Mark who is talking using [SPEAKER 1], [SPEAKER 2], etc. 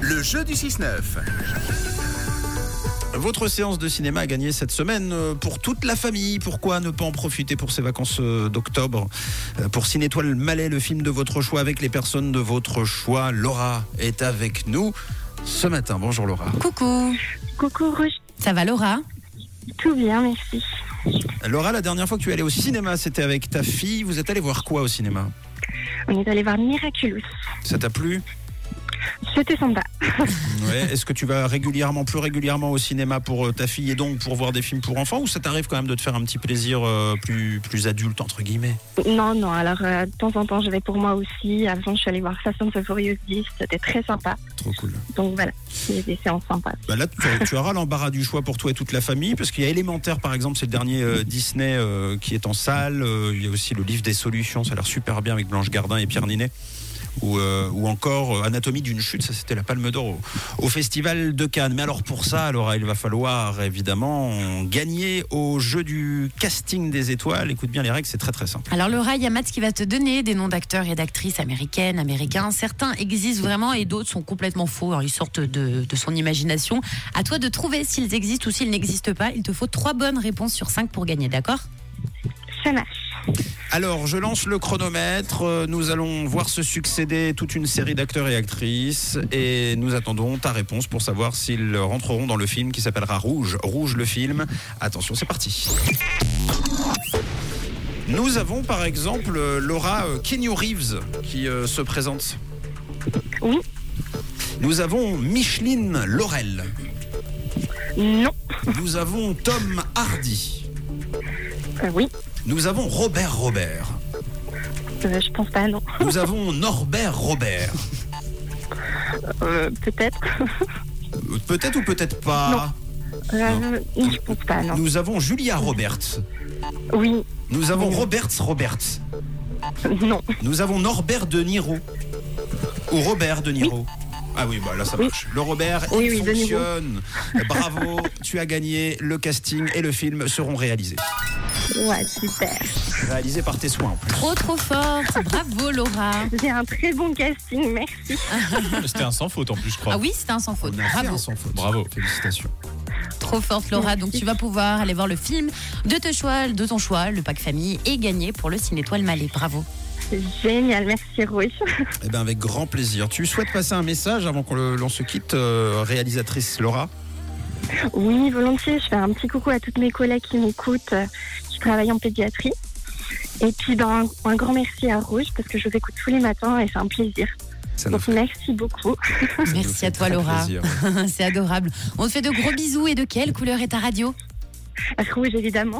[SPEAKER 1] Le jeu du 6-9.
[SPEAKER 2] Votre séance de cinéma a gagné cette semaine euh, pour toute la famille. Pourquoi ne pas en profiter pour ces vacances euh, d'octobre Euh, Pour Ciné Étoile Malais, le film de votre choix avec les personnes de votre choix. Laura est avec nous ce matin. Bonjour Laura.
[SPEAKER 3] Coucou,
[SPEAKER 4] Coucou Rouge,
[SPEAKER 3] ça va Laura
[SPEAKER 4] tout bien, merci.
[SPEAKER 2] Laura, la dernière fois que tu es allée au cinéma, c'était avec ta fille. Vous êtes allée voir quoi au cinéma
[SPEAKER 4] On est allé voir Miraculous.
[SPEAKER 2] Ça t'a plu
[SPEAKER 4] C'était sympa.
[SPEAKER 2] ouais. Est-ce que tu vas régulièrement, plus régulièrement au cinéma pour euh, ta fille et donc pour voir des films pour enfants ou ça t'arrive quand même de te faire un petit plaisir euh, plus, plus adulte entre guillemets
[SPEAKER 4] Non, non, alors euh, de temps en temps, je vais pour moi aussi. Avant, je suis allée voir Fast and the Furious 10, c'était très sympa.
[SPEAKER 2] Trop cool.
[SPEAKER 4] Donc voilà, il y a des séances sympas.
[SPEAKER 2] Bah là, tu, tu auras l'embarras du choix pour toi et toute la famille, parce qu'il y a Élémentaire, par exemple, c'est le dernier euh, Disney euh, qui est en salle. Euh, il y a aussi le livre des solutions, ça a l'air super bien avec Blanche Gardin et Pierre Ninet. Ou, euh, ou encore euh, Anatomie d'une chute, ça c'était la Palme d'Or au, au Festival de Cannes. Mais alors pour ça, Laura, il va falloir évidemment gagner au jeu du casting des étoiles. Écoute bien les règles, c'est très très simple.
[SPEAKER 3] Alors Laura, il y a Matt qui va te donner des noms d'acteurs et d'actrices américaines, américains. Certains existent vraiment et d'autres sont complètement faux. Alors, ils sortent de, de son imagination. À toi de trouver s'ils existent ou s'ils n'existent pas. Il te faut trois bonnes réponses sur cinq pour gagner, d'accord
[SPEAKER 4] Ça marche.
[SPEAKER 2] Alors, je lance le chronomètre. Euh, Nous allons voir se succéder toute une série d'acteurs et actrices. Et nous attendons ta réponse pour savoir s'ils rentreront dans le film qui s'appellera Rouge. Rouge le film. Attention, c'est parti. Nous avons par exemple euh, Laura euh, Kenyon Reeves qui euh, se présente.
[SPEAKER 4] Oui,
[SPEAKER 2] Nous avons Micheline Laurel.
[SPEAKER 4] non,
[SPEAKER 2] Nous avons Tom Hardy.
[SPEAKER 4] Euh, oui,
[SPEAKER 2] Nous avons Robert Robert.
[SPEAKER 4] Euh, je pense pas, non.
[SPEAKER 2] Nous avons Norbert Robert.
[SPEAKER 4] Euh, peut-être.
[SPEAKER 2] Euh, Peut-être ou peut-être pas.
[SPEAKER 4] Non. Euh, je pense pas, non.
[SPEAKER 2] Nous avons Julia Roberts.
[SPEAKER 4] Oui,
[SPEAKER 2] Nous avons Roberts Roberts.
[SPEAKER 4] non,
[SPEAKER 2] Nous avons Norbert De Niro. Ou Robert De Niro. Ah oui, bah là ça
[SPEAKER 4] Oui.
[SPEAKER 2] marche. Le Robert,
[SPEAKER 4] Oui,
[SPEAKER 2] il
[SPEAKER 4] oui, De Niro.
[SPEAKER 2] fonctionne. Bravo, tu as gagné. Le casting et le film seront réalisés.
[SPEAKER 4] ouais, super.
[SPEAKER 2] Réalisés par tes soins en plus.
[SPEAKER 3] Trop Oh, trop forte. Bravo Laura.
[SPEAKER 4] J'ai un très bon casting, merci.
[SPEAKER 5] C'était un sans faute en plus, je crois.
[SPEAKER 3] Ah oui, c'est un sans faute.
[SPEAKER 2] On a fait
[SPEAKER 3] Bravo.
[SPEAKER 2] un sans faute.
[SPEAKER 5] Bravo.
[SPEAKER 2] Félicitations.
[SPEAKER 3] Trop forte Laura. Donc tu vas pouvoir aller voir le film de ton choix, de ton choix, le pack famille et gagner pour le ciné étoile Malais. Bravo.
[SPEAKER 4] Génial, merci Rouge.
[SPEAKER 2] Eh bien avec grand plaisir. Tu souhaites passer un message avant qu'on le- l'on se quitte, euh, réalisatrice Laura
[SPEAKER 4] Oui, volontiers. Je fais un petit coucou à toutes mes collègues qui m'écoutent, euh, qui travaillent en pédiatrie. Et puis, ben, un, un grand merci à Rouge parce que je vous écoute tous les matins et c'est un plaisir.
[SPEAKER 2] Ça nous
[SPEAKER 4] Donc,
[SPEAKER 2] fait-
[SPEAKER 4] merci beaucoup.
[SPEAKER 2] ça nous
[SPEAKER 3] Merci
[SPEAKER 2] fait
[SPEAKER 3] à toi,
[SPEAKER 2] très
[SPEAKER 3] Laura.
[SPEAKER 2] plaisir.
[SPEAKER 3] C'est adorable. On te fait de gros bisous et de quelle couleur est ta radio
[SPEAKER 4] Rouge, évidemment.